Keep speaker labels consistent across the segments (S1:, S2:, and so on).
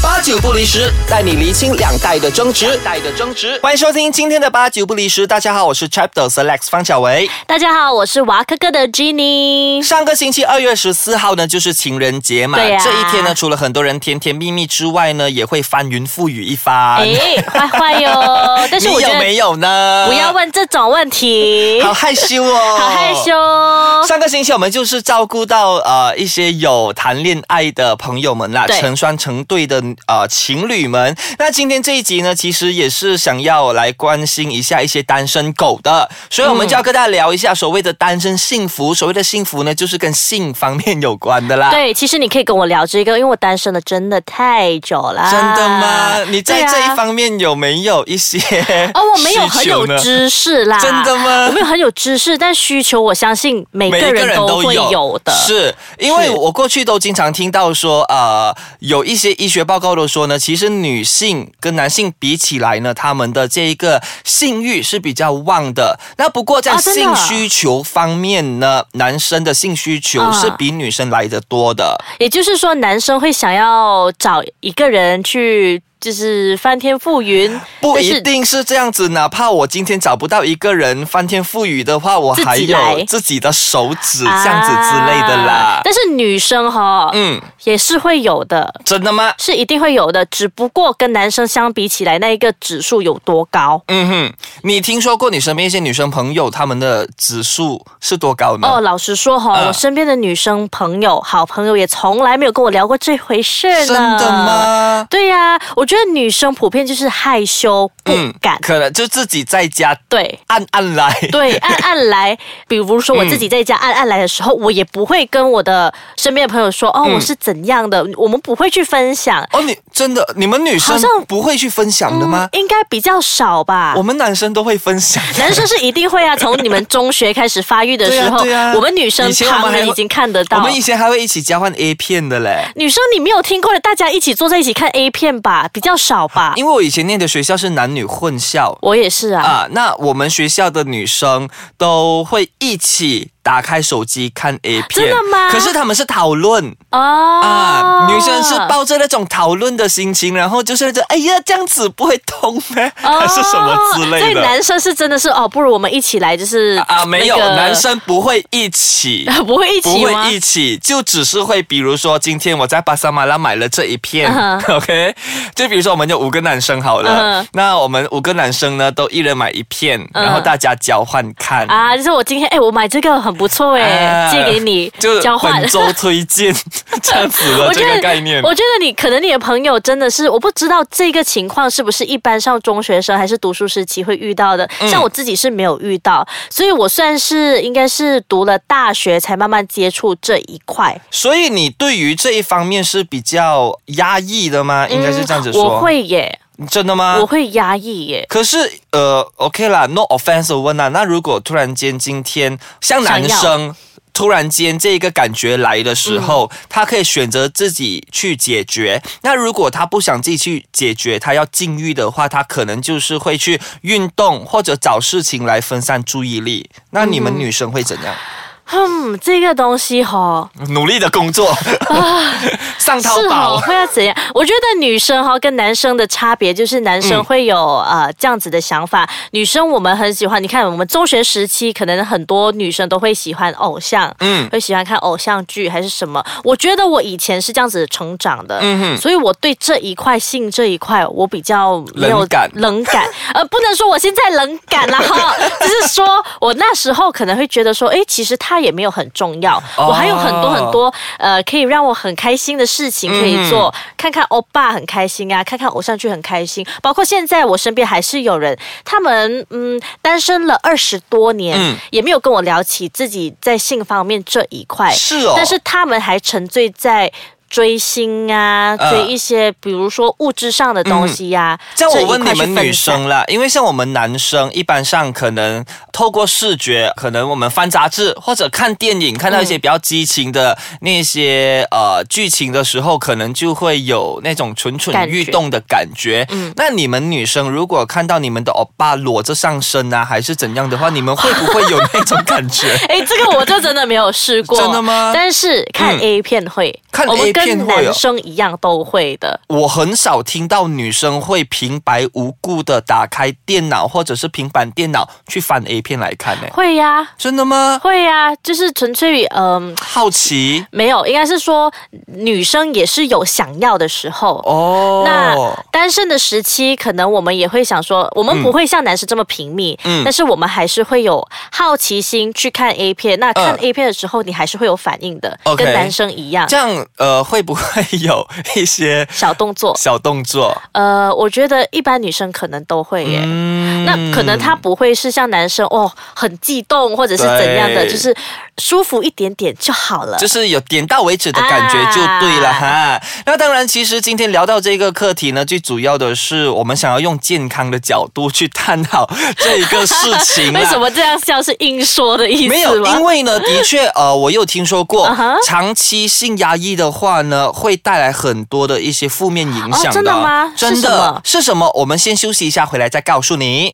S1: 八九不离十，带你厘清两代的争执。
S2: 代的争执。
S1: 欢迎收听今天的八九不离十，大家好，我是 Chapter Select 方小维。
S3: 大家好，我是娃哥哥的 Jenny。
S1: 上个星期二月十四号呢，就是情人节嘛。
S3: 对呀
S1: 这一天呢，除了很多人甜甜蜜蜜之外呢，也会翻云覆雨一番。
S3: 哎，坏坏哟！ 但是
S1: 你
S3: 我觉
S1: 有没
S3: 得
S1: 有呢？
S3: 不要，问这种问题，
S1: 好害羞哦，
S3: 好害羞。
S1: 上个星期我们就是照顾到呃一些有谈恋爱的朋友们啦，
S3: 对
S1: 成双成对的呃情侣们。那今天这一集呢，其实也是想要来关心一下一些单身狗的，所以我们就要跟大家聊一下所谓的单身幸福。所谓的幸福呢，就是跟性方面有关的啦。
S3: 对，其实你可以跟我聊这个，因为我单身了真的太久啦。
S1: 真的吗？你在
S3: 对啊
S1: 这一方面有没有一些需求呢？
S3: 哦，我没有很有知识啦，
S1: 真的吗
S3: 我没有很有知识，但需求我相信每
S1: 每
S3: 个人都会有的。
S1: 是因为
S3: 是
S1: 我过去都经常听到说，呃，有一些医学报告都说呢，其实女性跟男性比起来呢，他们的这一个性欲是比较旺的。那不过在
S3: 啊真的
S1: 性
S3: 啊
S1: 需求方面呢，男生的性需
S3: 啊
S1: 求是比女生来的多的。
S3: 也就是说，男生会想要找一个人去，就是翻天覆云，
S1: 不
S3: 但
S1: 一
S3: 是
S1: 定是这样子，哪怕我今天找不到一个人翻天覆雨的话，我
S3: 自己
S1: 还有
S3: 来
S1: 自己的手指这样子之类的啦
S3: 啊。但是女生哈、
S1: 嗯，
S3: 也是会有的，
S1: 真的吗？
S3: 是一定会有的，只不过跟男生相比起来，那一个指数有多高？
S1: 嗯哼，你听说过你身边一些女生朋友她们的指数是多高呢？
S3: 哦，老实说哈、
S1: 嗯
S3: 我身边的女生朋友、好朋友也从来没有跟我聊过这回事呢。
S1: 真的？吗？
S3: 对呀、我觉得女生普遍就是害羞、不敢。
S1: 嗯可能就自己在家
S3: 对
S1: 暗暗来。
S3: 对，暗暗来。比如说我自己在
S1: 嗯
S3: 家暗暗来的时候，我也不会跟我的身边的朋友说
S1: 嗯
S3: 哦、我是怎样的，我们不会去分享。
S1: 哦，你真的你们女生
S3: 好像嗯啊
S1: 不会去分享的吗？
S3: 应该比较少吧
S1: 我。们男生都会分享。
S3: 男生是一定会啊，从你们中学开始发育的时候，
S1: 对啊对啊
S3: 我们女生
S1: 以前我们
S3: 旁
S1: 还
S3: 人
S1: 会
S3: 已经看得
S1: 我
S3: 到
S1: 们。以前还会一起交换 A 片的嘞，
S3: 女生你没有听过的，大家一起坐在一起看 A 片吧，比较少吧。
S1: 啊因为我以前念的学校是男女混校
S3: 我也是啊，
S1: 啊、那我们学校的女生都会一起打开手机看 A 片，
S3: 真的吗
S1: 可是他们是讨论。
S3: 哦，
S1: 啊，女生是抱着那种讨论的心情，然后就是那种哎呀，这样子不会痛吗？
S3: 哦
S1: 还是什么之类
S3: 所以
S1: 的。
S3: 男生是真的是哦，不如我们一起来，就是
S1: 啊，没有，
S3: 那个
S1: 男生不会一起，
S3: 不会 一
S1: 不
S3: 起吗
S1: 会？一起，就只是会，比如说今天我在巴沙马拉买了这一片、
S3: 嗯
S1: o k 就比如说我们有五个男生好了
S3: 嗯
S1: 那我们五个男生呢都一人买一片然后大家交换看。
S3: 啊，就是我今天哎，我买这个很不错哎，
S1: 啊
S3: 借给你
S1: 就是
S3: 交换
S1: 本。周推荐 这样子 的
S3: 我觉
S1: 这
S3: 得
S1: 个概念，
S3: 我觉得你可能你的朋友真的是，我不知道这个情况是不是一般上中学生还是读书时期会遇到的。
S1: 嗯
S3: 像我自己是没有遇到，所以我算是应该是读了大学才慢慢接触这一块。
S1: 所以你对于这一方面是比较压抑的吗？应该是这样子说。
S3: 嗯我会耶，
S1: 真的吗
S3: 我？会压抑耶。
S1: 可是呃，OK 啦，no offense，我问啦，那如果突然间今天像男
S3: 想嗯
S1: 生。突然间，这一个感觉来的时候，他可以选择自己去解决。那如果他不想自己去解决，他要禁欲的话，他可能就是会去运动或者找事情来分散注意力。那你们女生会怎样？
S3: 嗯，这个东西哈，
S1: 努力的工作， 上淘
S3: 啊是哦
S1: 宝
S3: 哈，。会要怎 样？我觉得女生哈跟男生的差别就是男
S1: 嗯
S3: 生会有、呃这样子的想法，女生我们很喜欢。你看我们中学时期，可能很多女生都会喜欢偶像，
S1: 嗯
S3: 嗯，会喜欢看偶像剧还是什么。我觉得我以前是这样子成长的，嗯哼，所以我对这一块性这一块我比较没有
S1: 冷感
S3: 冷感， 呃，不能说我现在冷感了哈，就是说我那时候可能会觉得说，诶，其实他也没有很重要，
S1: 哦
S3: 我还有很多很多呃可以让我很开心的事
S1: 嗯
S3: 情可以做，看看欧巴很开心啊，看看偶像剧很开心，包括现在我身边还是有人，他们嗯单身了二十多年，
S1: 嗯
S3: 也没有跟我聊起自己在性方面这一块，
S1: 是哦
S3: 但是他们还沉醉在。追星啊，
S1: 嗯
S3: 追一些比如说物质上的东西呀、
S1: 像嗯我
S3: 这一
S1: 问
S3: 块
S1: 你
S3: 去
S1: 们
S3: 分
S1: 女
S3: 享，
S1: 生啦，因为像我们男生，一般上可能透过视觉，可能我们翻杂志或者看电影，看到一些比较激情的那些、呃剧情的时候，可能就会有那种蠢蠢
S3: 感觉
S1: 欲动的感觉。
S3: 嗯
S1: 那你们女生如果看到你们的欧巴裸着上身啊，还是怎样的话，你们会不会有那种感觉？
S3: 哎，这个我就真的没有试 过，
S1: 真的吗
S3: 但是看
S1: 嗯
S3: A 片会，
S1: 看
S3: 我
S1: A
S3: 们
S1: 片
S3: 跟
S1: 会哦
S3: 男生一样都会的。
S1: 我很少听到女生会平白无故的打开电脑或者是平板电脑去翻 A 片来看呢、
S3: 会呀、
S1: 真的吗？
S3: 会呀、就是纯粹嗯、
S1: 好奇
S3: 没有，应该是说女生也是有想要的时候。
S1: 哦。
S3: 那单身的时期，可能我们也会想说，我们不会像男生这么平密，
S1: 嗯
S3: 但是我们还是会有好奇心去看 A 片。那看
S1: 嗯
S3: A 片的时候，你还是会有反应的
S1: OK
S3: 跟男生一样
S1: 这，样呃，会不会有一些
S3: 小动作。
S1: 小动 作？
S3: 呃，我觉得一般女生可能都会耶。
S1: 嗯
S3: 那可能她不会是像男生哦，很激动或者是怎样的，
S1: 对
S3: 就是舒服一点点就好了。
S1: 就是有点到为止的感觉
S3: 啊
S1: 就对了哈。那当然，其实今天聊到这个课题呢，最主要的是我们想要用健康的角度去探讨这一个事情啦。
S3: 为什么这样笑是硬说的意思吗？
S1: 没有，因为呢，的确，呃，我有听说过
S3: 啊哈
S1: 长期性压抑的话呢，会带来很多的一些负面影响的。
S3: 哦真的吗
S1: 真
S3: 是什
S1: 的
S3: 么
S1: 是什么？我们先休息一下，回来再告诉你。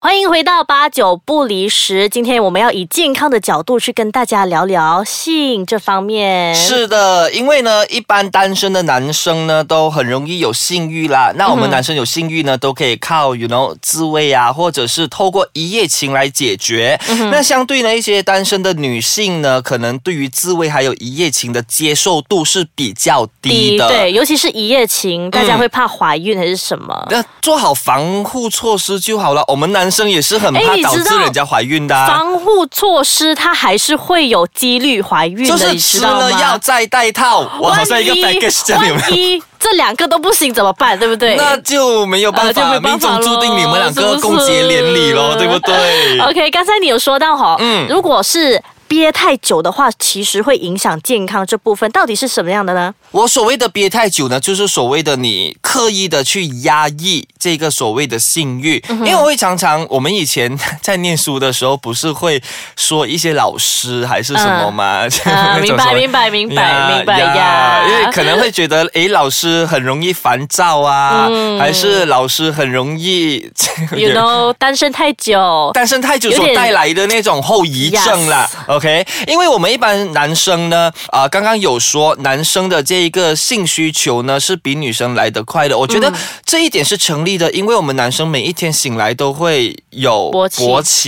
S3: 欢迎回到八九不离十。今天我们要以健康的角度去跟大家聊聊性这方面。，
S1: 是的，因为呢，一般单身的男生呢，都很容易有性欲啦。那我们
S3: 嗯
S1: 男生有性欲呢，都可以靠 you know 自慰啊，或者是透过一夜情来解决。
S3: 嗯
S1: 那相对呢，一些单身的女性呢，可能对于自慰还有一夜情的接受度是比较低的。
S3: 对，尤其是一夜情，大家会怕怀孕还是什么？
S1: 那做好防护措施就好了。我们男生也是很怕
S3: 哎你
S1: 导
S3: 知
S1: 致
S3: 道
S1: 人家怀孕的、啊。
S3: 防护措施，它还是会有几率怀孕的，
S1: 就是
S3: 你
S1: 吃
S3: 知道吗
S1: 了？药再戴套，我好像一个
S3: 万
S1: package 这样有没
S3: 万
S1: 有？
S3: 一这两个都不行怎么办？对不对？
S1: 那就没有办
S3: 呃就
S1: 法，
S3: 没办
S1: 命
S3: 法
S1: 中注定你们两
S3: 咯
S1: 个
S3: 是不是
S1: 共结连理咯，对不对？
S3: OK，刚才你有说到哈，
S1: 嗯
S3: 嗯，如果是憋太久的话，其实会影响健康这部分，到底是什么样的 呢？
S1: 我所谓的憋太久呢，就是所谓的你刻意的去压抑这个所谓的性欲，
S3: 嗯
S1: 因为我会常常，我们以前在念书的时候，不是会说一些老师还是什么吗？
S3: 啊
S1: 那种
S3: 明
S1: 什
S3: 白，
S1: 么
S3: 明白，明白，
S1: 呀
S3: 明白呀。
S1: 因为可能会觉 得，诶，老师很容易烦躁啊，还是老师很容易
S3: 嗯 You know，单身太久，
S1: 单身太久所
S3: 有点
S1: 带来的那种后遗症啦。OK，因为我们一般男生呢，啊、刚刚有说男生的这一个性需求呢是比女生来得快的，我
S3: 嗯
S1: 觉得这一点是成立的，因为我们男生每一天醒来都会有
S3: 勃起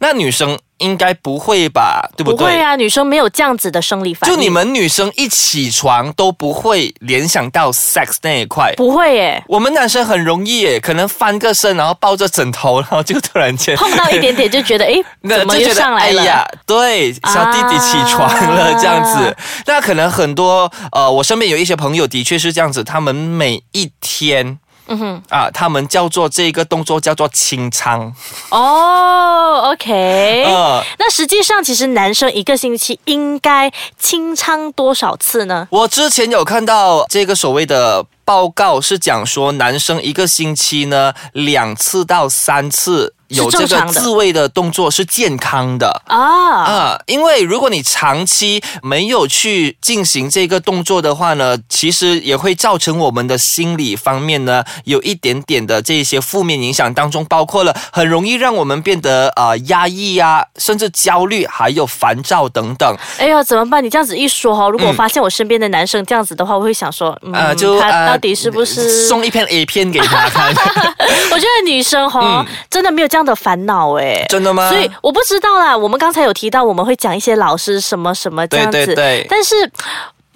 S1: 那女生应该不会吧？对不
S3: 不
S1: 对？
S3: 会啊，女生没有这样子的生理反
S1: 就
S3: 应，
S1: 你们女生一起床都不会联想到 sex 那一块。
S3: 不会耶，
S1: 我们男生很容易耶，可能翻个身，然后抱着枕头，然后就突然间
S3: 碰到一点点就觉得，哎，
S1: 那
S3: 怎么
S1: 就
S3: 又
S1: 觉得
S3: 上来
S1: 哎
S3: 了？
S1: 呀，对，小弟弟起床了、
S3: 啊
S1: 这样子。那可能很多呃，我身边有一些朋友的确是这样子，他们每一天。
S3: 嗯哼，
S1: 啊，他们叫做这个动作叫做清仓，
S3: 哦，OK。
S1: 呃，
S3: 那实际上，其实男生一个星期应该清仓多少次呢？
S1: 我之前有看到这个所谓的报告是讲说，男生一个星期呢两次到三次有这
S3: 是正
S1: 个
S3: 常的
S1: 自慰的动作是健康的。
S3: 啊，
S1: 啊，因为如果你长期没有去进行这个动作的话呢，其实也会造成我们的心理方面呢有一点点的这些负面影响当中，包括了很容易让我们变得呃压抑啊，甚至焦虑，还有烦躁等等。
S3: 哎呦，怎么办？你这样子一说哈，如果我
S1: 嗯
S3: 发现我身边的男生这样子的话，我会想说，嗯，
S1: 呃，就
S3: 他
S1: 呃
S3: 到底是不是？
S1: 送一片 A 片给他看？
S3: 我觉得女生哈、
S1: 嗯
S3: 真的没有这样的烦恼哎。
S1: 真的吗？
S3: 所以我不知道啦，我们刚才有提到我们会讲一些老师什么什么这
S1: 对
S3: 样子，
S1: 对对
S3: 但是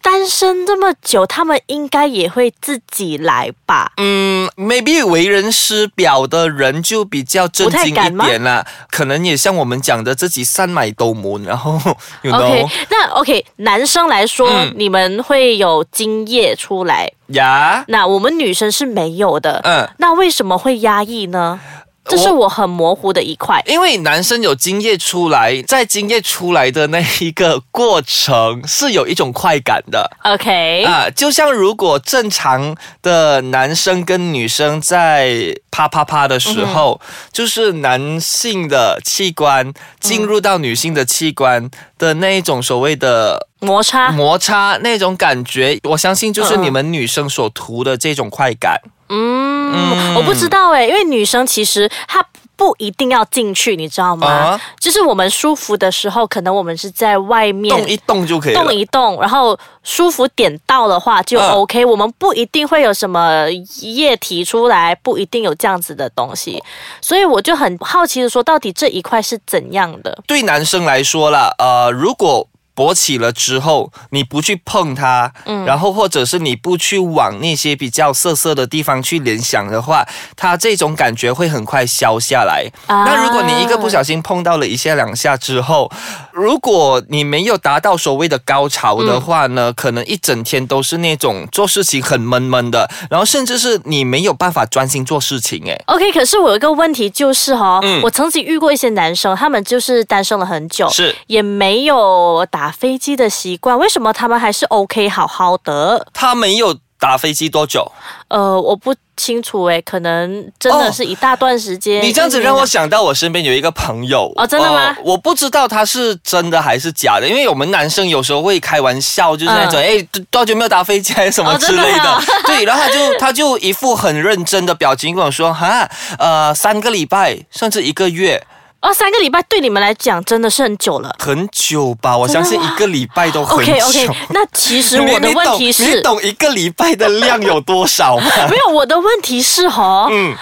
S3: 单身这么久，他们应该也会自己来吧？
S1: 嗯，maybe 为人师表的人就比较正经一
S3: 不太
S1: 点啦，可能也像我们讲的自己三买斗门，然后 you
S3: OK，
S1: know
S3: 那 OK，男生来说，
S1: 嗯
S3: 你们会有精液出来，
S1: 呀。
S3: 那我们女生是没有的。
S1: 嗯，
S3: 那为什么会压抑呢？这是我很模糊的一块。
S1: 因为男生有精液出来，在精液出来的那一个过程是有一种快感的
S3: OK，、
S1: 啊，就像如果正常的男生跟女生在啪啪啪的时
S3: 嗯
S1: 候，就是男性的器官进入到女性的器官的那一种所谓的
S3: 摩擦，
S1: 摩擦那种感觉，我相信就是
S3: 啊嗯嗯
S1: 你们女生所图的这种快感。
S3: 嗯，我不知道哎、因为女生其实她不一定要进去，你知道吗？
S1: 啊
S3: 就是我们舒服的时候，可能我们是在外面
S1: 动一动就可以了。
S3: 动一动，然后舒服点到的话就
S1: 嗯
S3: OK、我们不一定会有什么液体出来，不一定有这样子的东西，所以我就很好奇的说，到底这一块是怎样的？
S1: 对男生来说啦，呃，如果勃起了之后，你不去碰它，然后或者是你不去往那些比较涩涩的地方去联想的话，它这种感觉会很快消下来。
S3: 啊
S1: 那如果你一个不小心碰到了一下两下之后，如果你没有达到所谓的高潮的话呢，可能一整天都是那种做事情很闷闷的，然后甚至是你没有办法专心做事情，哎诶，
S3: 啊 OK，可是我有一个问题就是哈、哦
S1: 嗯
S3: 我曾经遇过一些男生，他们就是单身了很久，
S1: 是
S3: 也没有打飞机的习惯，为什么他们还是 OK 好好的？
S1: 他没有打飞机多久？
S3: 呃，我不清楚诶，可能真的
S1: 哦
S3: 是一大段时间。
S1: 你这样子让我想到我身边有一个朋友
S3: 啊
S1: 呃
S3: 哦真的吗
S1: 我不知道他是真的还是假的，因为我们男生有时候会开玩笑，就是那种哎、多多久没有打飞机还是什么
S3: 嗯哦
S1: 之
S3: 真的
S1: 类的，
S3: 啊
S1: 对，然后他就他就一副很认真的表情跟我说哈呃三个礼拜甚至一个月
S3: 哦，三个礼拜对你们来讲真的是很久了。
S1: 很久吧，我相信一个礼拜都 很久。
S3: OK OK，那其实我的
S1: 你
S3: 问题
S1: 你懂，你
S3: 是，
S1: 懂一个礼拜的量有多少吗？
S3: 没有我的问题是哈，
S1: 嗯，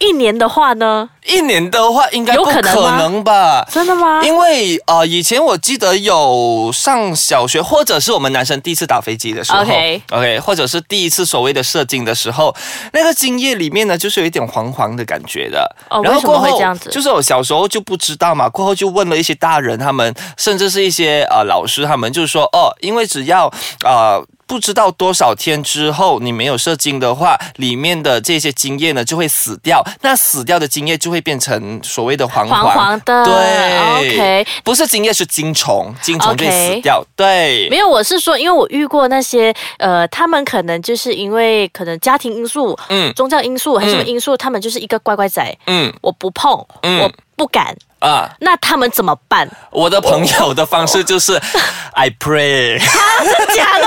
S3: 一年的话呢，
S1: 一年的话应该
S3: 有
S1: 不
S3: 可
S1: 可
S3: 能吗
S1: 能吧？
S3: 真的吗？
S1: 因为呃，以前我记得有上小学，或者是我们男生第一次打飞机的时候
S3: OK
S1: OK，或者是第一次所谓的射精的时候，那个精液里面呢，就是有一点黄黄的感觉的。
S3: 哦
S1: 然后
S3: 为什么
S1: 过
S3: 会
S1: 后
S3: 这样子
S1: 就是我小时候就不知道嘛，过后就问了一些大人，他们甚至是一些呃老师，他们就说哦，因为只要呃。不知道多少天之后，你没有射精的话，里面的这些精液呢就会死掉。那死掉的精液就会变成所谓的黄
S3: 黄黄的
S1: 对
S3: ，OK
S1: 不是精液是精虫，精虫就会
S3: OK
S1: 死掉。对，
S3: 没有，我是说，因为我遇过那些呃，他们可能就是因为可能家庭因素、
S1: 嗯
S3: 宗教因素还是什么因素，他们就是一个乖乖仔，
S1: 嗯
S3: 我不碰，
S1: 嗯
S3: 我不敢，
S1: 啊，
S3: 那他们怎么办？
S1: 我的朋友的方式就是
S3: 哦
S1: I pray，
S3: 假的，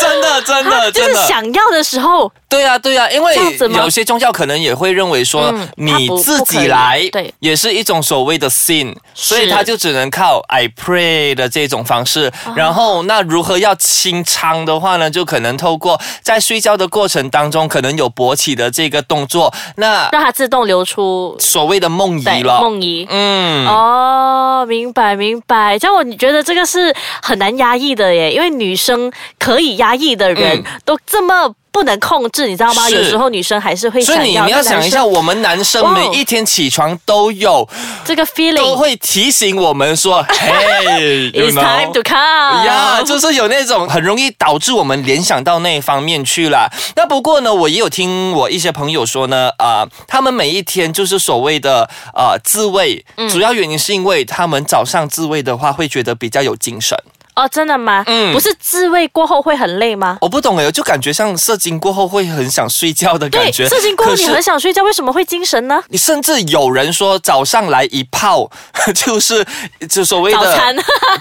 S1: 真的真的
S3: 啊就
S1: 真
S3: 是
S1: 的，
S3: 想要的时候，
S1: 对啊对啊，因为
S3: 这样子吗
S1: 有些宗教可能也会认为说
S3: 嗯
S1: 你
S3: 他不
S1: 自
S3: 不可
S1: 己
S3: 以
S1: 来，
S3: 对
S1: 也是一种所谓的 sin，所以
S3: 是
S1: 他就只能靠 I pray 的这种方式。
S3: 哦
S1: 然后那如何要清仓的话呢，就可能透过在睡觉的过程当中，可能有勃起的这个动作，那
S3: 让它自动流出
S1: 所谓的梦
S3: 对
S1: 遗了。
S3: 梦遗。
S1: 嗯，
S3: 哦，明白明白，这样我觉得这个是很难压抑的耶，因为女生可以压抑的人、
S1: 嗯
S3: 都这么不能控制，你知道吗？
S1: 是
S3: 有时候女生还是会
S1: 所
S3: 想
S1: 以
S3: 要，
S1: 你你要
S3: 但男
S1: 想一
S3: 生
S1: 下，我们男生
S3: 哇哦
S1: 每一天起床都有，
S3: 这个
S1: 都
S3: feeling。
S1: 会提醒我们 说，Hey，you
S3: It's time to
S1: know。
S3: come。
S1: 呀就是有那种很容易导致我们联想到那一方面去了。那不过呢，我也有听我一些朋友说呢，啊、他们每一天就是所谓的呃自慰，
S3: 嗯
S1: 主要原因是因为他们早上自慰的话会觉得比较有精神。
S3: 哦，真的吗？
S1: 嗯
S3: 不是自慰过后会很累吗？
S1: 我不懂哎，我就感觉像射精过后会很想睡觉的
S3: 对，
S1: 感觉。
S3: 射精过后
S1: 可是
S3: 你很想睡觉，为什么会精神呢？
S1: 你甚至有人说早上来一泡， 就是就所谓的
S3: 早餐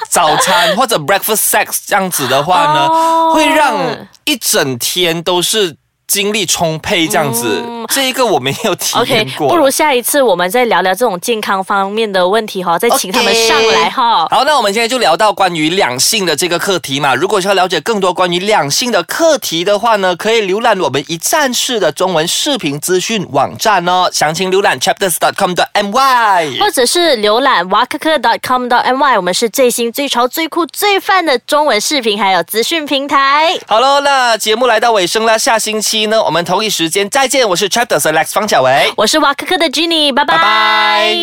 S1: 早餐 或者 breakfast sex 这样子的话呢，
S3: 哦
S1: 会让一整天都是精力充沛这样子。这一个我没有体
S3: 嗯 OK，
S1: 验过。
S3: 不如下一次我们再聊聊这种健康方面的问题哈，再请他们上来哈。
S1: 好，那我们现在就聊到关于两性的这个课题嘛。如果想要了解更多关于两性的课题的话呢，可以浏览我们一站式的中文视频资讯网站哦，详情浏览 chapters.com 的 my。
S3: 或者是浏览 w a k a k c o m my，我们是最新、最潮、最酷、最范的中文视频还有资讯平台。
S1: 好喽，那节目来到尾声啦，下星期呢，我们同一时间再见。我是 Chapters Alex 方小维。
S3: 我是 w a k a k 的 Jenny，拜
S1: 拜拜
S3: 拜